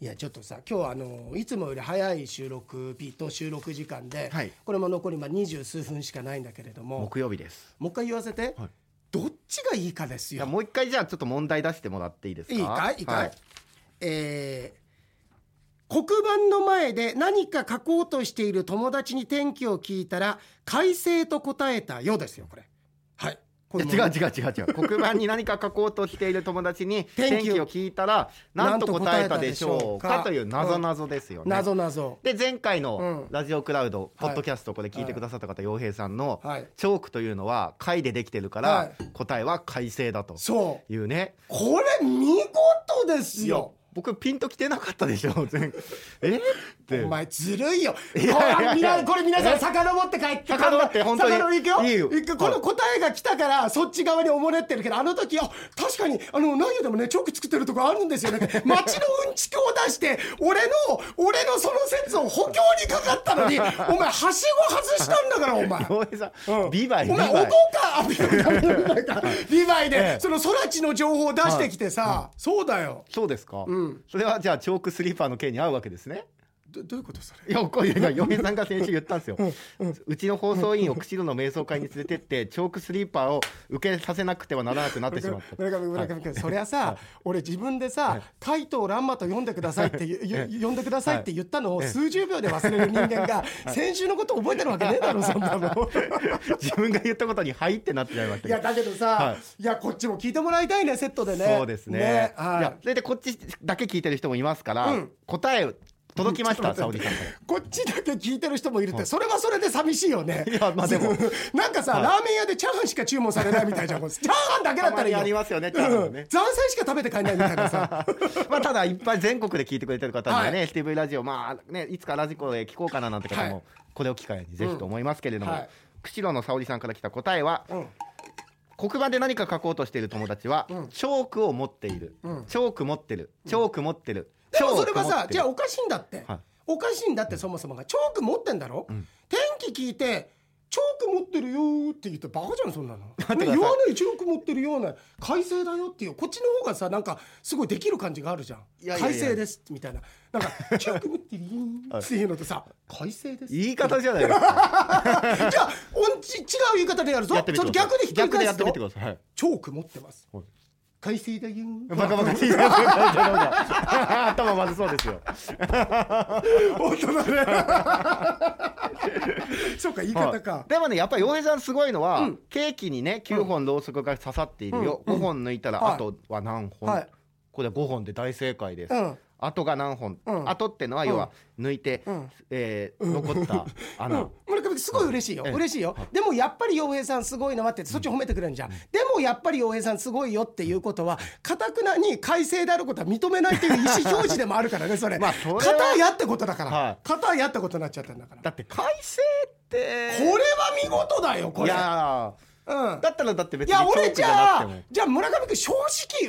いやちょっとさ今日はあのいつもより早い収録日と収録時間で、はいこれも残りまあ二十数分しかないんだけれども木曜日ですもう一回言わせて、はいどっちがいいかですいやよ。もう一回じゃあちょっと問題出してもらっていいですかいいかいいいかい、はいえー黒板の前で何か書こうとしている友達に天気を聞いたら「快晴」と答えたようですよこれ。はい。これいや違う違う違う違 う黒板に何か書こうとしている友達に天天気を気を聞いたら何と答えたでしょうなんと答えたでしょうかかという謎謎ですよね、謎謎。で前回のうんラジオクラウド、はポいッドキャストこれ聞いてくださった方、洋平さんのはい。チョークというのは貝でできてるから、は答えは快晴だとそう。いうねこれ見事ですよ。僕ピンときてなかったでしょ前えっ てお前ずるいよ。いやいやいこれ皆やこれ皆さん遡って帰って遡って本当に遡る行くよいいよ行くこの答えが来たからそっち側におもねってるけどあの時あ確かにあの何よでもねチョーク作ってるとこあるんですよね。街のうんちくを出して俺の俺のその説を補強にかかったのにお前はしご外したんだからお前。洋平さん、うんビバイおビバ前イおこかビバイかビバイ えでえその空知の情報を出してきてさ、そうだよそうですか、んそれはじゃあチョークスリーパーの件に合うわけですねどどういうことそれいやこういうの嫁さんが先週言ったんですよ、うちの放送委員を釧路の瞑想会に連れてってチョークスリーパーを受けさせなくてはならなくなってしまっ た村上村上君、そりゃさ、俺自分でさ「海藤蘭馬と読んでください」って ゆゆ呼んでくださいって言ったのを数十秒で忘れる人間が先週のこと覚えてるわけねえだ ろそんなの 自分が言ったことに「はい」ってなってしまいましたいけどやだけどさ、、はいやこっちも聞いてもらいたいねセットでねそうですねはいいやそれでこっちだけ聞いてる人もいますから、うん答え届きました沙織さんからこっちだけ聞いてる人もいるって、それはそれで寂しいよね。いやまあでも なんかさ、ラーメン屋でチャーハンしか注文されないみたいじゃん。これチャーハンだけだったらいいよ。たまにありますよねチャーハンねうん残菜しか食べて帰んないみたいな さ。まあただいっぱい全国で聞いてくれてる方にはね、は STV ラジオまあねいつかラジコで聞こうかななんて方はいもこれを機会にぜひと思いますけれども、うんはい釧路の沙織さんから来た答えは、うん黒板で何か書こうとしている友達は、チョークを持っている、チョーク持ってるチョーク持ってる、でもそれはさ、じゃああおかしいんだって。はいおかしいんだってそもそもが。チョーク持ってんだろ、天気聞いて、チョーク持ってるよーって言ってバカじゃんそんな の。ってください言わないチョーク持ってるような快晴だよっていうこっちの方がさなんかすごいできる感じがあるじゃん。いやいやいや快晴ですみたいななん かチョーク持ってるよーっていうのとさ快晴です。言い方じゃないです かじゃあ音ち違う言い方でやるぞ。ちょやっってとみてください逆でひっくり逆で返やすってとみてください、はいチョーク持ってますはい。快晴だ よー。バカバカし い 頭まずそうですよ本当だね。 そうか言い方か。でもねやっぱり洋平さんすごいのは、ケーキにね9本ろうそくが刺さっているよ、5本抜いたら、はいあとは何本、はいこれ5本で大正解です、うんあとが何本、うんあとってのは要は抜いて、うんえー残 ったう穴、ん、村上すごい嬉しいよ、ええ嬉しいよ、でもやっぱり洋平さんすごいな待ってそっち褒めてくれるんじゃん、でもやっぱり洋平さんすごいよっていうことはかたくなに改正であることは認めないという意思表示でもあるからねそれ まあそれは片やってことだから、はい片やってことになっちゃったんだからだって改正ってこれは見事だよこいれやうんーだったらだって別いにチやョ俺ークじじゃゃあなくてもじゃあ村上君正直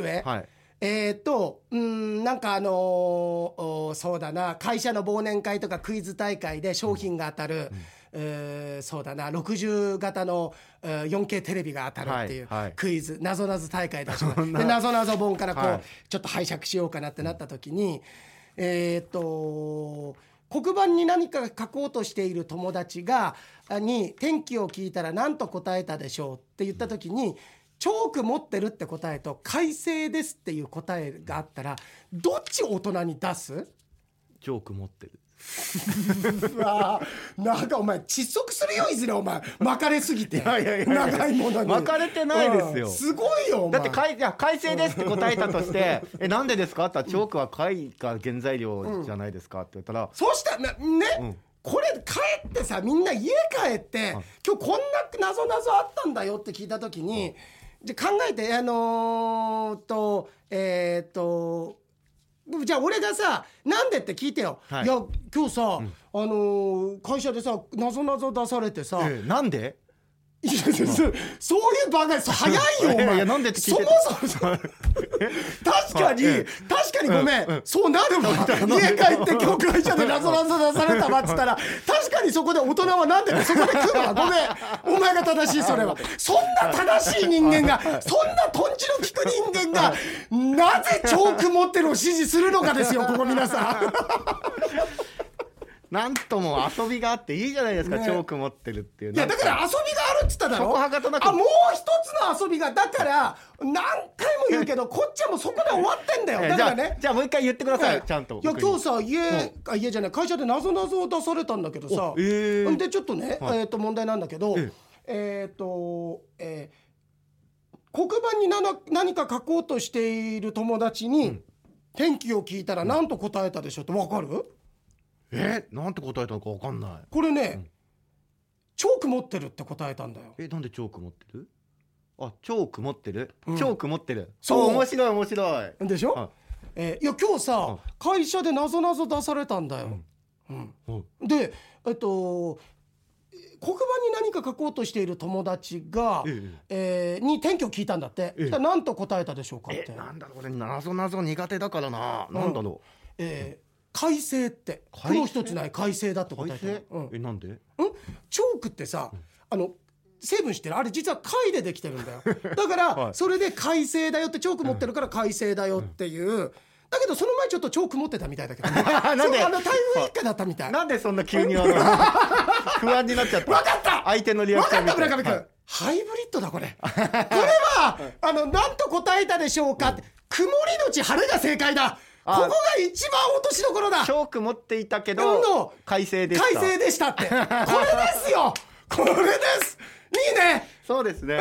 言え、はいえー、とうーんなんかあのーおそうだな会社の忘年会とかクイズ大会で商品が当たる、えーそうだな60型の、えー 4K テレビが当たるっていうはいはいクイズ、なぞなぞ大会だしでなぞなぞ本からこう、はいちょっと拝借しようかなってなった時に、えー、と黒板に何か書こうとしている友達がに天気を聞いたら何と答えたでしょうって言った時に、チョーク持ってるって答えと快晴ですっていう答えがあったらどっち大人に出すチョーク持ってるうわーなんかお前窒息するよいずれお前巻かれすぎてやいやいやいや長いものに巻かれてないですようんすごいよお前だって改いや改正ですって答えたとして「えなんでですか?」って言ったら「チョークは貝が原材料じゃないですか」って言ったら「そうしたらね、んこれ帰ってさみんな家帰って、今日こんななぞなぞあったんだよって聞いた時に、じゃあ考えてあのー、とえー、とじゃあ俺がさなんでって聞いてよ、はいい、や今日さ、あのー会社でさなぞなぞ出されてさ、えなんで?」いやそそういう場がそう早いよお前 いやいやなんでって聞いてそもそも確かに、はいええ確かにごめん、うんうんそうなるわ家帰って教会社でなぞなぞ出されたわっつった ら確かにそこで大人はなんでそこで来るわごめんお前が正しいそれはそんな正しい人間がそんなとんちの効く人間がなぜチョーク持ってるを支持するのかですよここ皆さん。なんとも遊びがあっていいじゃないですか、ねチョーク持ってるっていういやだから遊びがあるっつっただろそこはかとなくあもう一つの遊びがだから何回も言うけどこっちはもうそこで終わってんだよえだじからゃあ、ねじゃあもう一回言ってください、ちゃんといや僕に今日さ家、あ家じゃない会社でなぞなぞを出されたんだけどさ、おえーでちょっとね、はいえー、と問題なんだけど、ええっ、と、えー黒板になな何か書こうとしている友達に、天気を聞いたら何と答えたでしょうってわかるえなんて答えたのかわかんないこれね、うんチョーク持ってるって答えたんだよ。えなんでチョーク持ってるあチョーク持ってる、うんチョーク持ってるそうお面白い面白いでしょ、はいえーいや今日さ、会社でなぞなぞ出されたんだよ。うんうんでえっと黒板に何か書こうとしている友達が、えええーに天気を聞いたんだって、ええそしたら何と答えたでしょうかっえて、なんだろう俺謎謎苦手だからな、なんだろえー快晴って快晴黒一つない快晴だってう答改えた正よ、うん、えなんでチョークってさ、あの成分してるあれ実は貝でできてるんだ よだから、はいそれで海星だよってチョーク持ってるから海星だよっていう、だけどその前ちょっとチョーク持ってたみたいだけど、ね、 なんでそうあの台風一過だったみたい分なんでそんな急に あの不安になっちゃったかった相手のリア分クシかョっンた見て村上君、はいハイブリッドだこ れこれはあの何と答えたでしょうかって、曇りのち晴れが正解だこあこが一番落としどころだチョーク持っていたけうんのど改正でした快晴でしたってこれです よこれですいいねそうですね、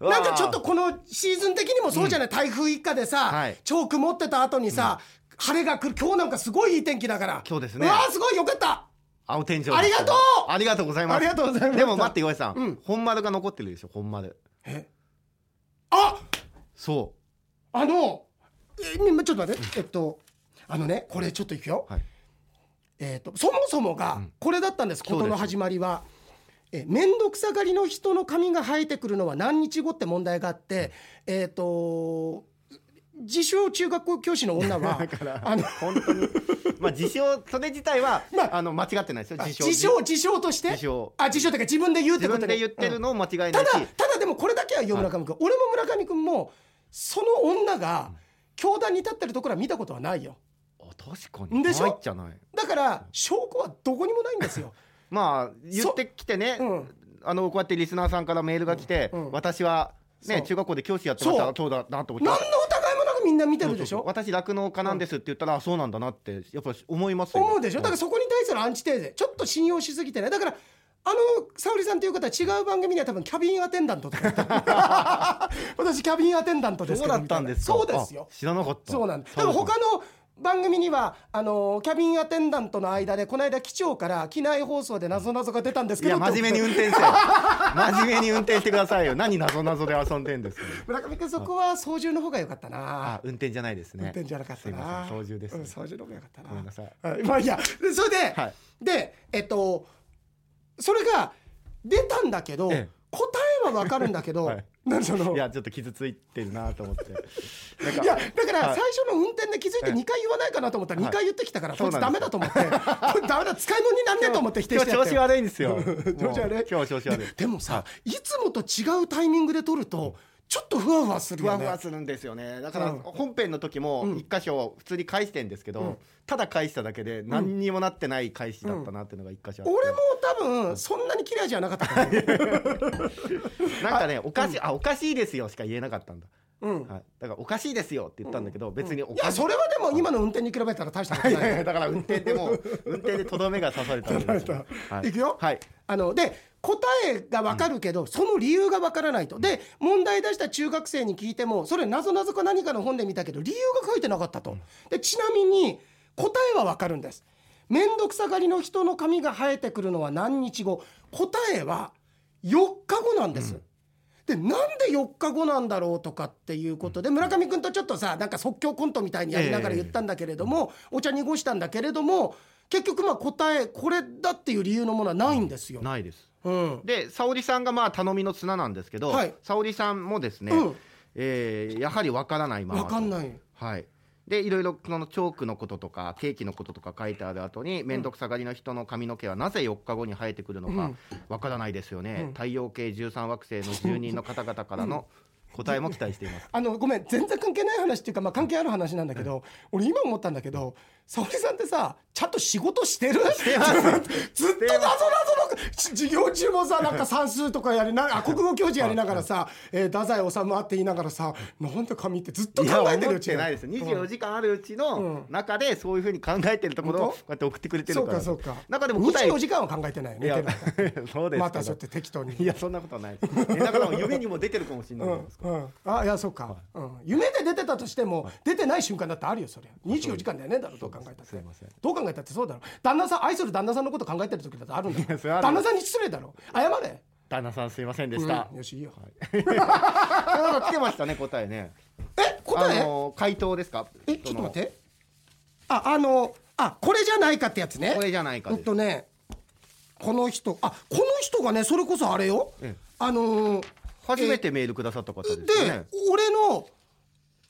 うん、なんかちょっとわこのシーズン的にもそうじゃない、台風一過でさ、はいチョーク持ってた後にさ、晴れが来る今日なんかすごいいい天気だから今日ですねうわーすごいよかったあ青天井ありがとうありがとうございますありがとうございますでも待って岩井さん、うん本丸が残ってるでしょ本丸えあそあのえみちょっと待って、えっとあのねこれちょっといくよ、うはいえっとそもそもがこれだったんです、そうです事の始まりは。え面倒くさがりの人の髪が生えてくるのは何日後って問題があって、えっ、と自称中学校教師の女 はあの本当にまあ自称それ自体は、まああ、の間違ってないですよあ自称自称自称として自称あ自称というか自分で言うって自こ分とで言ってるうんのも間違いなたいだし、ただでもこれだけはよ村上君、俺も村上君もその女が教団に立ってるところは見たことはないよあ確かにでしょないっちゃないだから証拠はどこにもないんですよ、まあ言ってきてね、うんあ のこうやってリスナーさんからメールが来て、うんうん私はねそう中学校で教師やってましそたうそうだなと思って何の疑いもなくみんな見てるでしそうそうそうょ私酪農家なんですって言ったら、あそうなんだなってやっぱ思いますよ思うでしょだからそこに対するアンチテーゼちょっと信用しすぎてねだからあの沙織さんという方は違う番組には多分キャビンアテンダントとか言ってる 私キャビンアテンダントですけそうどだったんですかみたいなそうですよあ知らなかったそうなんです。だからそう他の番組にはあのキャビンアテンダントの間でこの間機長から機内放送で謎ぞが出たんですい けどや真面目に運転せよ真面目に運転してくださいよ何謎謎で遊んでんですか村上君そこは操縦の方が良かったなあ運転じゃないですね運転じゃなかったすいまなせん操縦です、うん操縦の方が良かったなごめんなさいはいまあいいやそれで、はいでえっとそれが出たんだけど、ええ答えは分かるんだけど、 はいなんそのいやちょっと傷ついてるなと思ってなんかいやだからは最い初の運転で気づいてええ2回言わないかなと思ったらはい2回言ってきたから、こそういつなダんメでだすと思ってこれダメだ使い物になんねえと思って否定してや今った日調子よ悪いんですよ 調子悪いもう今日調子悪いでもさいつもと違うタイミングで撮るとちょっとふわふわするふよわねふわするんですよねだからうん本編の時も一箇所普通に返してんですけど、うんただ返しただけで何にもなってない返しだったなっていうのが一箇所あって、俺も多分そんなに嫌いじゃなかったから、ね、なんかねおかしい、あおかしいですよしか言えなかったんだ、うんはい、だ からおかしいですよって言ったんだけど、別においやかしいそれはでも今の運転に比べたら大したこといなやいいやだから運転 でも運転でとどめが刺されたんですよ刺されたいくよはいあので答えが分かるけど、その理由が分からないとで問題出した中学生に聞いてもそれなぞなぞか何かの本で見たけど理由が書いてなかったとでちなみに答えは分かるんです面倒くさがりの人の髪が生えてくるのは何日後答えは4日後なんです、でなんで4日後なんだろうとかっていうことで村上君とちょっとさなんか即興コントみたいにやりながら言ったんだけれども、お茶濁したんだけれども結局まあ答えこれだっていう理由のものはないんですよ。ないですうん、で沙織さんがまあ頼みの綱なんですけど、はい沙織さんもですね、うんえーやはり分からないままわとかんないはい、でいろいろそのチョークのこととかケーキのこととか書いてある後に面倒くさがりの人の髪の毛はなぜ4日後に生えてくるのかわからないですよね、太陽系13惑星の住人の方々からの答えも期待しています。あのごめん全然関係ない話っていうか、まあ、関係ある話なんだけど、俺今思ったんだけど沙織さんってさちゃんと仕事してるてま すずっと謎謎のし授業中もさなんか算数とかやりなあ国語教授やりながらさ「えー太宰治あって言いながらさなんで紙ってずっとい考やえてる思よってないです24時間あるうちのう中でそういうふうに考えてるところを本こ当うやって送ってくれてそるうからかそうか中でも答え24時間は考えてないよいねや手がそうですまたけそうやどって適当にいやそんなことはないですえだから夢にも出てるかもしれ ないじゃないですかうん、あいやそうか、うん、夢で出てたとしても、出てない瞬間だってあるよそれ24時間だよねだろどう考えたってすいませんどう考えたってそうだろ旦那さん愛する旦那さんのこと考えてる時だってあるんだやよそれはある旦那さんに失礼だろ謝れ、旦那さんすいませんでした、うん、よしいいよ、なんか来てましたね答えねえ答え、あの回答ですかえちょっと待ってああのあこれじゃないかってやつねこれじゃないかうでんすとねこの人あこの人がねそれこそあれよ、ええあのー初めてメールくださった方ですで、よね俺の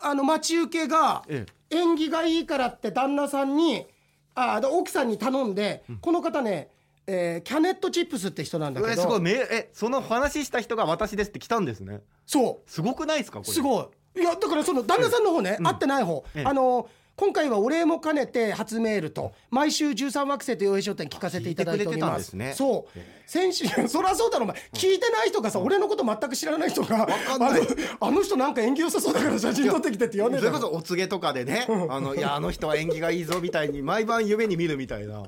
あの待ち受けが、え縁起がいいからって旦那さんにあで奥さんに頼んで、この方ね、えーキャネットチップスって人なんだけえどすごいメールえその話した人が私ですって来たんですねそすごくないですかこうれすごいいやだからその旦那さんの方ね、会ってない方、ええあの今回はお礼も兼ねて初メールと毎週13惑星と洋平商店聞かせていただいておりま聞いてくれてたすんですねそう先週 そりゃそうだろお前聞いてない人がさ、俺のこと全く知らない人がかんなあいのあの人なんか縁起良さそうだから写真撮ってきてって言わねえそだれろこそお告げとかでね、あのいやあの人は縁起がいいぞみた いに毎晩夢に見るみたいな。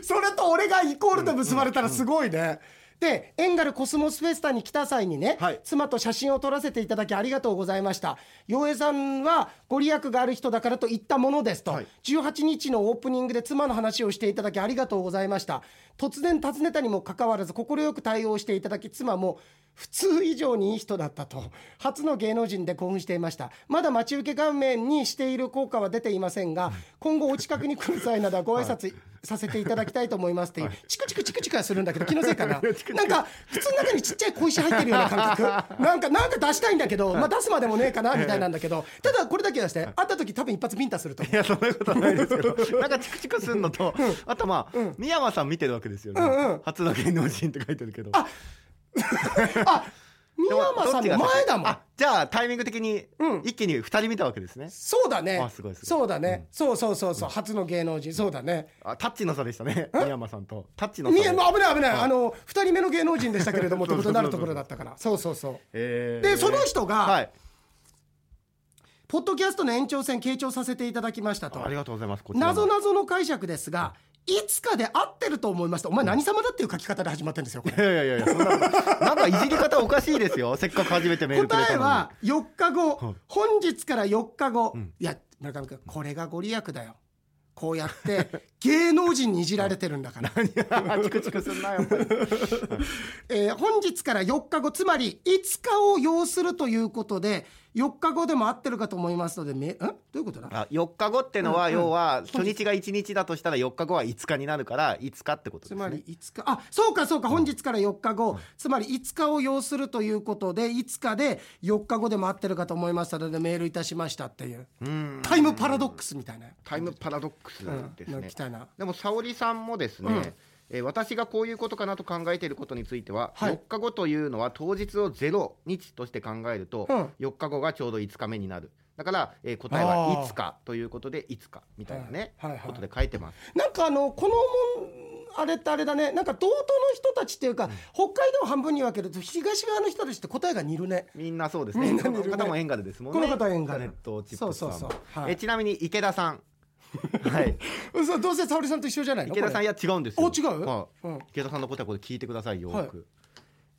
それと俺がイコールで結ばれたらすごいね。でエンガルコスモスフェスタに来た際にね、はい妻と写真を撮らせていただきありがとうございました洋平さんはご利益がある人だからと言ったものですと、はい18日のオープニングで妻の話をしていただきありがとうございました突然訪ねたにもかかわらず快く対応していただき妻も普通以上にいい人だったと初の芸能人で興奮していましたまだ待ち受け画面にしている効果は出ていませんが今後お近くに来る際などはご挨拶させていただきたいと思いますっていう、チクチクチクチクはするんだけ ど気のせいかななんか靴の中にちっちゃい小石入ってるような感 覚なんかなんか出したいんだけど、まあ、出すまでもねえかなみたいなんだけどただこれだけは出して会った時多分一発ビンタすると思ういやそんなことはないですけど、なんかチクチクするのと、あとまあ、三山さん見てるわけですよね。んうん初の芸能人って書いてるけど。あで三も山さんのどっちが先前だもんあじゃあタイミング的にうん一気に二人見たわけですね。そうだねあすごいすごいそうだね、そうそうそうそう初の芸能人そうだねあタッチの差でしたね。三山さんとタッチの差みで。えもう危ない危ないあの2人目の芸能人でしたけれ どもとそいううそことうそうそうになるところだったからそうそうそうえーでその人が、はい。ポッドキャストの延長戦傾聴させていただきましたとありがとうございます。こちらも謎謎の解釈ですがいつかで合ってると思いましたお前何様だっていう書き方で始まってるんですよこれいやいやいやいやそんなことなんかいじり方おかしいですよ。せっかく初めてメールくれ答たえのに。は4日後、はい本日から4日後、いや村上君これがご利益だよこうやって芸能人にいじられてるんだから、 チクチクすんなやっぱり。えー本日から4日後つまり5日を要するということで4日後でも合ってるかと思いますのでめんどういうことだあ4日後ってのは要は初日が1日だとしたら4日後は5日になるから5日ってことですつねまり5日あそうかそうか本日から4日後、つまり5日を要するということで5日で4日後でも合ってるかと思いましたのでメールいたしましたっていううんタイムパラドックスみたいな、タイムパラドックスうんですね、のきたいなでも沙織さんもですね、うんえー私がこういうことかなと考えていることについては、はい4日後というのは当日を0日として考えると、うん4日後がちょうど5日目になるだから、えー答えは5日ということで5日みたいなね、はいはいはいことで書いてますなんかあのこのもんあれってあれだねなんか道東の人たちっていうか、北海道を半分に分けると東側の人たちって答えが似るねみんなそうですね。みんなこにいのるね方もエンガルですもんこね。の方エンガルネットチップスさんそうもそうそうはいえちなみに池田さん。はい。嘘どうせ沙織さんと一緒じゃないの池田さんいこれや違うんですよ。お違うはいうん池田さんの答えこれ聞いてくださいよはいく。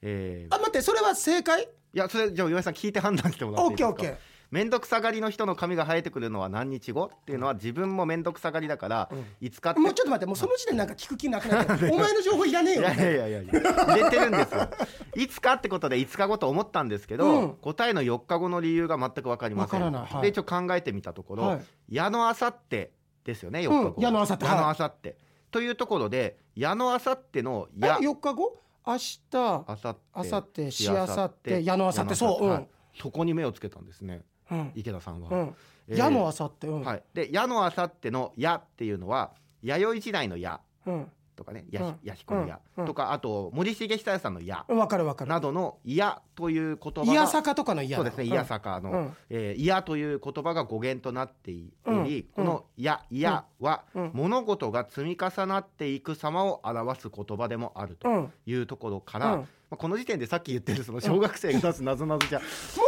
えーあ待ってそれは正解いやそれじゃあ岩井さん聞いて判断してもらっていいですか。オッケーオッケー面倒くさがりの人の髪が生えてくるのは何日後っていうのは自分も面倒くさがりだからいつかってもうちょっと待ってもうその時点でなんか聞く気なくなってお前の情報いらねえいよやいやいやいや入れてるんですよいつかってことで5日後と思ったんですけど、うん答えの4日後の理由が全く分かりませんわからないはいで一応考えてみたところ、はい矢のあさってですよね4日後、うん矢のあさって矢のはいあさってというところで矢のあさってのえ矢4日後明日あさってあさってしあさって矢のあさってそううんそこに目をつけたんですねうん池田さんは、うんえー矢のあさってうんはい、で矢のあさっての矢っていうのは弥生時代の矢うんとかねやひうん弥彦の矢うんとかあと森重久彌さんの矢わかるわかるなどの矢という言葉がいやさかとかのいやそうですね、いやさかの、うんえーいやという言葉が語源となっていり、うんこのいや、いやは、うん物事が積み重なっていく様を表す言葉でもあるとうんいうところから、うんまあ、この時点でさっき言ってるその小学生が出すなぞなぞじゃ、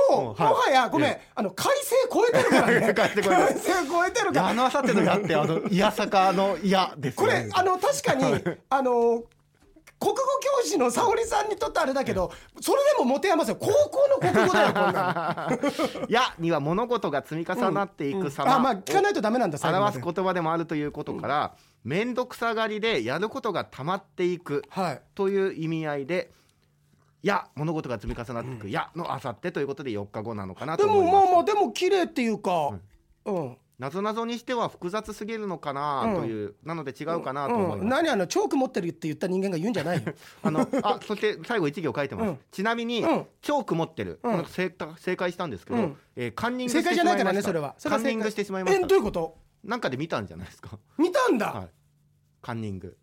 もう、うんはいもはやごめん、あの改正超えてる からね改正超えて る改正超えてるからあのあさってのやって、あの、 いやさかのいやです、こね。れあの確かにあの国語教師の沙織さんにとってあれだけどそれでも持て余せよ高校の国語だよこんな いやには物事が積み重なっていの、うくんあま様あを聞かないとダメなんだ最後ま表です言葉でもあるということから、面倒くさがりでやることが溜まっていく。はいという意味合いで。いや物事が積み重なっていく、いやのあさってということで4日後なのかなでと思もまいまあすまあでも綺麗っていうかうん、なぞなぞにしては複雑すぎるのかなという、なので違うかなと思います、うん、何あのチョーク持ってるって言った人間が言うんじゃないよあのあそして最後1行書いてます、うんちなみに、うんチョーク持ってる、うんこの正正解したんですけど、うんえーカンニング 正して解しじまゃいまないからねしたそれはそれカはン正解ニングしてしまいましえたどういうことなんかで見たんじゃないですか見たんだ、はいカンニング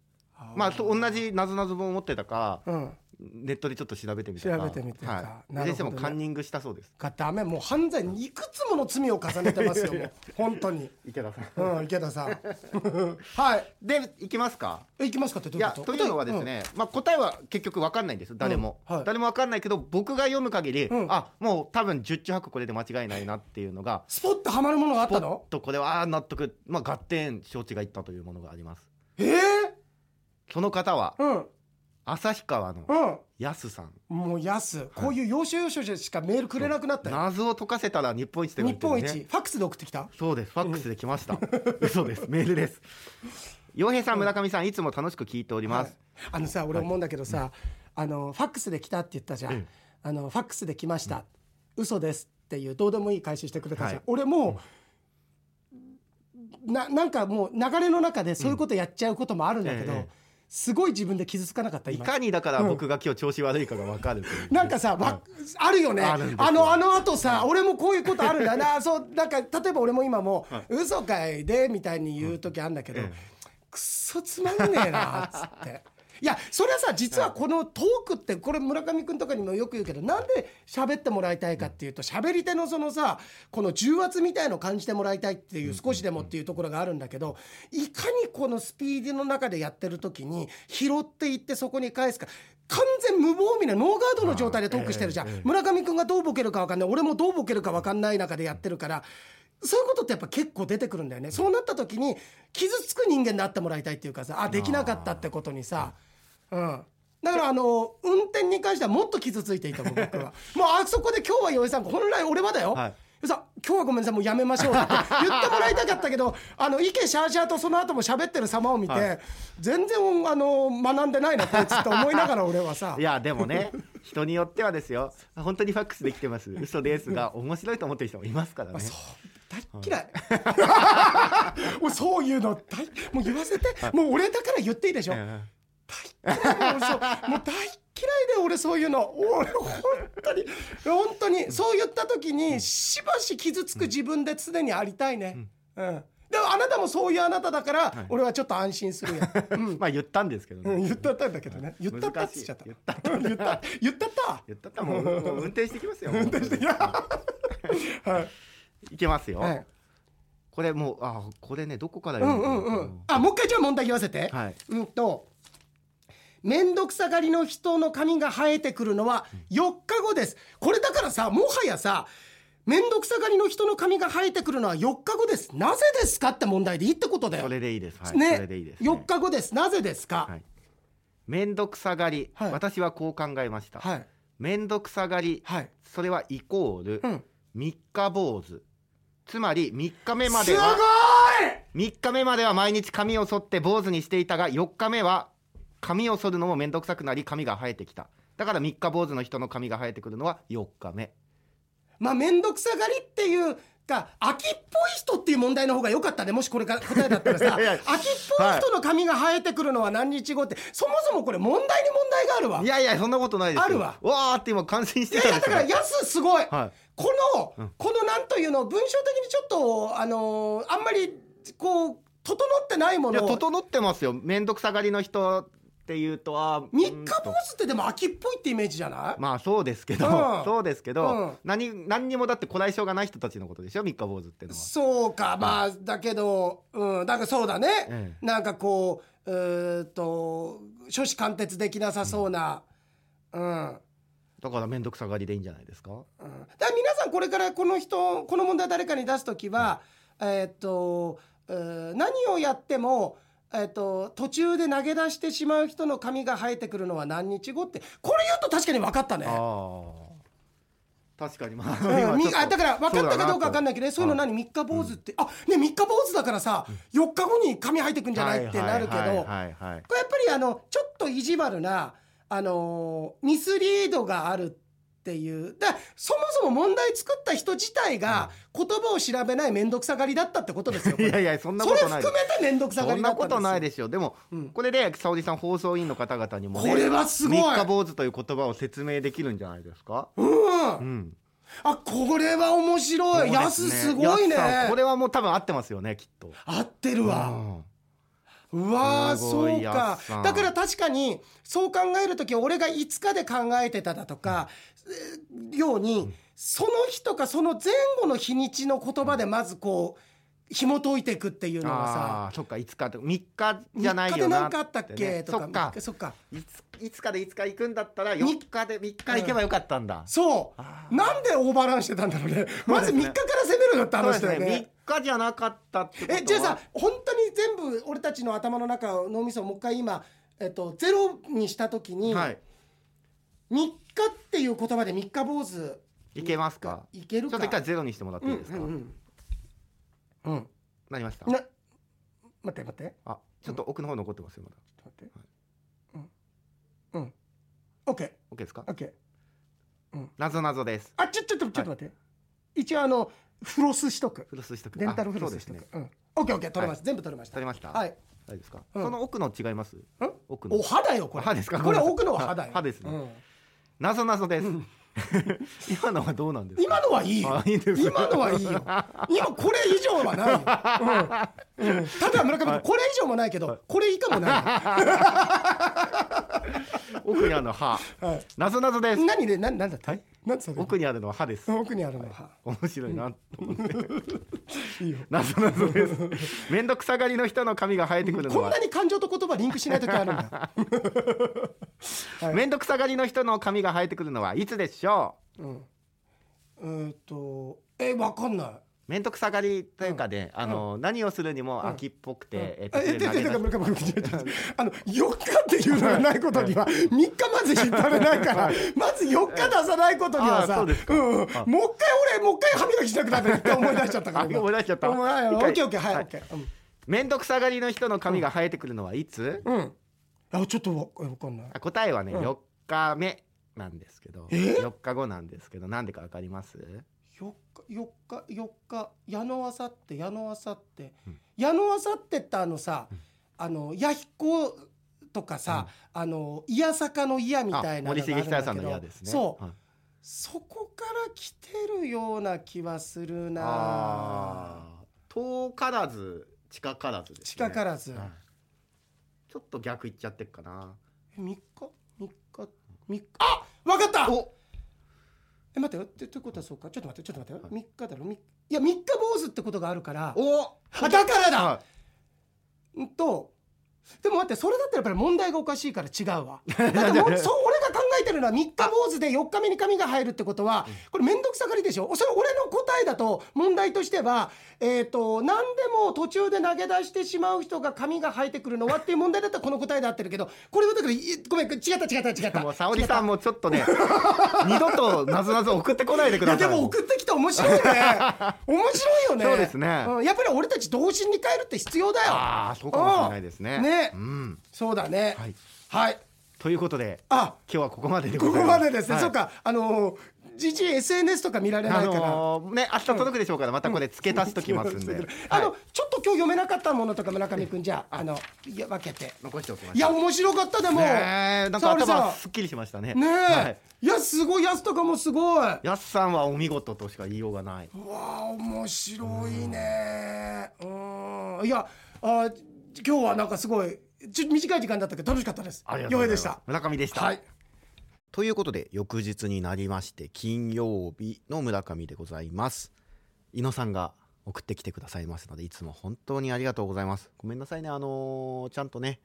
まあそう同じなぞなぞ本持ってたかうんネットでちょっと調べてみたか調べてみてかはい、なるほどね先生もカンニングしたそうですがダメもう犯罪にいくつもの罪を重ねてますよも う本当に池田さんうん池田さんはいでいきますかえ行きますかってどいういうやことというのはですね、まあ、答えは結局分かんないんです誰も、うんはい誰も分かんないけど僕が読む限り、うんあもう多分十中八九これで間違いないなっていうのがスポッとハマるものがあったのとこれはあー納得、まあ、合点承知がいったというものがありますええその方はうん旭川のうんやすさんもうやすこういう要所要所でしかメールくれなくなったよ謎を解かせたら日本一って日本一、ねファックスで送ってきたそうですファックスで来ました、 そうですメールです洋平さん村上さんいつも楽しく聞いております、はいあのさ俺思うんだけどさ、あのファックスで来たって言ったじゃん、うんあのファックスで来ました、嘘ですっていうどうでもいい返ししてくれたじゃん、はい俺もう、ななんかもう流れの中でそういうことやっちゃうこともあるんだけど、うんええすごい自分で傷つかなかったい今かにだから僕が今日調子悪いかが分かるというなんかさ、わあるよねああるんですよのあのあとさ俺もこういうことあるんだ なそうなんか例えば俺も今も「嘘かいで」みたいに言う時あるんだけど、ええくっそつまんねえなっつって。いやそれはさ実はこのトークってこれ村上君とかにもよく言うけどなんで喋ってもらいたいかっていうと喋り手のそのさこの重圧みたいのを感じてもらいたいっていう少しでもっていうところがあるんだけどいかにこのスピーディの中でやってる時に拾っていってそこに返すか完全無防備なノーガードの状態でトークしてるじゃん、ええええ村上君がどうボケるか分かんない俺もどうボケるか分かんない中でやってるからそういうことってやっぱ結構出てくるんだよねそうなった時に傷つく人間であってもらいたいっていうかさあできなかったってことにさうんだからあの運転に関してはもっと傷ついていたもん僕 はもうあそこで今日は洋井さん本来俺はだよ、はいさ今日はごめんなさいもうやめましょう って言ってもらいたかったけどあの池シャーシャーとその後も喋ってる様を見て、はい全然あの学んでないなこいつって思いながら俺はさいやでもね人によってはですよ本当にファックスできてます嘘ですが面白いと思ってる人もいますからね大っ嫌い、 もうそういうの大もう言わせて、もう俺だから言っていいでしょ、うん大嫌 いもうそうもう大嫌いで俺そういうの俺本当に本当にそう言った時にしばし傷つく自分で常にありたいねうん、でもあなたもそういうあなただから俺はちょっと安心す るよ、うんまあ言ったんですけどうんね言ったったんだけどね言ったったっつっちゃった難しい言った言ったった言ったったらもうもう運転して きますよ運転してきはいけますよ、はいこれもうあこれねどこからう読んむうんうん。あ、もう一回じゃあ問題言わせて。はいうんと。面倒くさがりの人の髪が生えてくるのは4日後です。これだからさ、もはやさ、面倒くさがりの人の髪が生えてくるのは4日後です。なぜですかって問題でいいってことだよ。それでいいです、はいねそれでいいです、 4日後です。なぜですか、はい面倒くさがり、はい私はこう考えました、はい。面倒くさがり、はい。それはイコール、うん。三日坊主つまり3日目ますでごはい3日目までは毎日髪を剃って坊主にしていたが4日目は髪を剃るのも面倒くさくなり髪が生えてきただから3日坊主の人の髪が生えてくるのは4日目まあ、面倒くさがりっていうが秋っぽい人っていう問題の方が良かったねもしこれから答えだったらさ いや秋っぽい人の髪が生えてくるのは何日後って、そもそもこれ問題に問題があるわいやいやそんなことないですよあるわわーって今感心しいてやたいんやだですよから安すごい、はいこの、このなんというの文章的にちょっとあのーあんまりこう整ってないもいやのを整ってますよ面倒くさがりの人っていうとは三日坊主ってでも秋っぽいってイメージじゃない、まあそうですけど、うんそうですけど、うん何何にもだってこらえ性がない人たちのことでしょ三日坊主っていうのは。そうかまあだけどうんだからそうだね、えなんかこううーっと初子貫徹できなさそうなうん、うんだから面倒くさがりでいいんじゃないですか。だから皆さんこれからこの人この問題誰かに出す時は、えーっとうー何をやってもえーっと途中で投げ出してしまう人の髪が生えてくるのは何日後ってこれ言うと確かに分かったね。ああ確かにまあ、うん、み 今ちょっとあだから分かったかどうか分かんないけどねそういうのはい何三日坊主って、あね三日坊主だからさ4日後に髪生えてくんじゃないってなるけど、はいはいはいはいはいこれやっぱりあのちょっと意地悪な、あのーミスリードがあるっていうだからそもそも問題作った人自体が言葉を調べない面倒くさがりだったってことですよこ いれやいやそんなそこれとない含めて面倒くさがそんりだなったこんですとよないですよでも、うんこれで沙織さん放送委員の方々にもねこれはすごい三日坊主という言葉を説明できるんじゃないですか、うん、うん、あこれは面白い、そうでやすすすねごいね安さんこれはもう多分合ってますよねきっと合ってるわ、うんうわーすごいそうやかっさんだから確かにそう考える時俺が5日で考えてただとか、えーように、その日とかその前後の日にちの言葉でまずこう紐解いていくっていうのがさああーそっか5日と3日じゃな3い日でよな何かあったっけねとかそっかそっかいついつかで5日行くんだったらみ4日で3日行けばよかったんだ、そあうなんでオーバーランしてたんだろう ねまず3日から攻めるよってそうで話すだよねね3日じゃなかったってことはえじゃあさ本当に全部俺たちの頭の中脳みそをもう一回今、えっと、ゼロにした時に、はい3日っていう言葉で三日坊主いけますかいけるちょっとか一回ゼロにしてもらっていいですか、うんうんうんうんなりましたな待って待ってあちょっと奥の方残ってますよまだちょっと待ってうんうんオッケー OK ですかオッケー謎謎ですあちょちょっとちょっと待って、一応あのフロスしとくフロスしとくデンタルあフロそうスでしすとくねうんオッケーオッケー取れました、全部取れました取れましたはいい大丈夫ですか、うんその奥の違います奥のお肌よこれ歯ですかこれ奥のは歯だよ歯ですねうん謎謎です、 今のはどうなんですか今のはいいよあいいです今のはいいよ今これ以上はないよ、うんうん、ただ村上君これ以上もないけど、これ以下もない奥にあるのは歯は謎謎ですい、何でななんだった、なんでそれ奥にあるのは歯です奥にあるのは、面白いなと思っていいよ謎謎です面倒くさがりの人の髪が生えてくるのこんはなに感情と言葉リンクしない時あるんだはい面倒くさがりの人の髪が生えてくるのはいつでしょうんえーっとえわかんないう面倒くさがりというかね、あの、何をするにも秋っぽくて、えっとええ、で、投で、で、げ出村す上君ちょっとあの、4日っていうのがないことには、3日まず引っ張れないから、まず4日出さないことにはあさ、そううん、もうで一すか回俺、もう一回歯磨きしなくなって、一回思い出しちゃったから。あ思い出しちゃったお前一オ回ッケーオッケー、はい、オはいッケー。うん面倒くさがりの人の髪が生えてくるのはいつ、うん。あ、ちょっとわえわかんない。あ答えはね、うん4日目なんですけどえ4日後なんですけどなんでかわかります4日4日4日矢野あさって矢野あさって、矢野あさってってあのさ、あの弥彦とかさ、あのいやさかの嫌みあたいなの森がある重んだけ久ど彌さんの嫌ですねそう、はいそこから来てるような気はするなああ遠からず近からずです、ね、近からず、はいちょっと逆行っちゃってっかな3日3日3日あわかったおえ待ってよってということはそうかちょっと待ってちょっと待ってよ、はい三3日だろみいや3日坊主ってことがあるからおあだからだ、はうんとでも待ってそれだったらやっぱり問題がおかしいから違う わだってもうそう俺が考えてるのは3日坊主で4日目に髪が入るってことはこれ面倒くさがりでしょそれ俺の答えだと問題としてはえっ、と何でも途中で投げ出してしまう人が髪が生えてくるのはっていう問題だったらこの答えで合ってるけどこれはだからいごめん違った違った違ったもう沙織違さっんもちょっとね 二度となぞなぞ送ってこないでくたいやださでいも送ってきて面白いね面白いよねそうですねんやっぱり俺たち童心に帰るって必要だよああそうかもしれないですねうんねうん、そうだねはいはい、ということであ今日はここまででごこざいこまますでですね、はいそうか、あのーじじい SNS とか見られないから、あのーね明日届くでしょうから、またこれ付け足しときますんで、あの、はいちょっと今日読めなかったものとか村上君じゃああのいや分けて残しておきまいしやょう面白かったでも、ねえなんか沙織さん頭すっきりしましたねねえ、はいい、やすごいやすとかもすごいわやっさんはお見事としか言いようがないあ面白いねうんいやあ今日はなんかすごいちょっと短い時間だったけど楽しかったですありがとうよございいまですした村上でした、はいということで翌日になりまして金曜日の村上でございます井野さんが送ってきてくださいますのでいつも本当にありがとうございますごめんなさいねあのーちゃんとね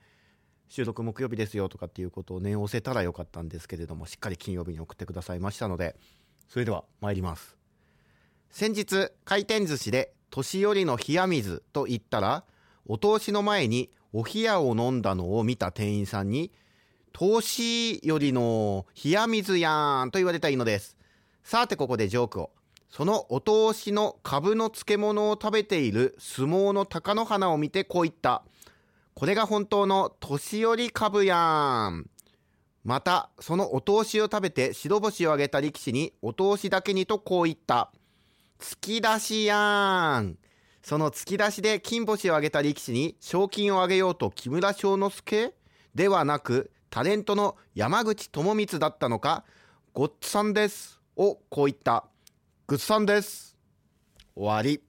収録木曜日ですよとかっていうことを念を押せたらよかったんですけれどもしっかり金曜日に送ってくださいましたのでそれでは参ります先日回転寿司で年寄りの冷や水と言ったらお通しの前にお冷やを飲んだのを見た店員さんに年寄りの冷や水やんと言われたいのですさてここでジョークをそのお通しの株の漬物を食べている相撲の鷹の花を見てこう言ったこれが本当の年寄り株やんまたそのお通しを食べて白星を挙げた力士にお通しだけにとこう言った突き出しやんその突き出しで金星を挙げた力士に賞金をあげようと木村庄之助ではなくタレントの山口智光だったのか「ごっつさんです」をこう言った「ぐっさんです」終わり。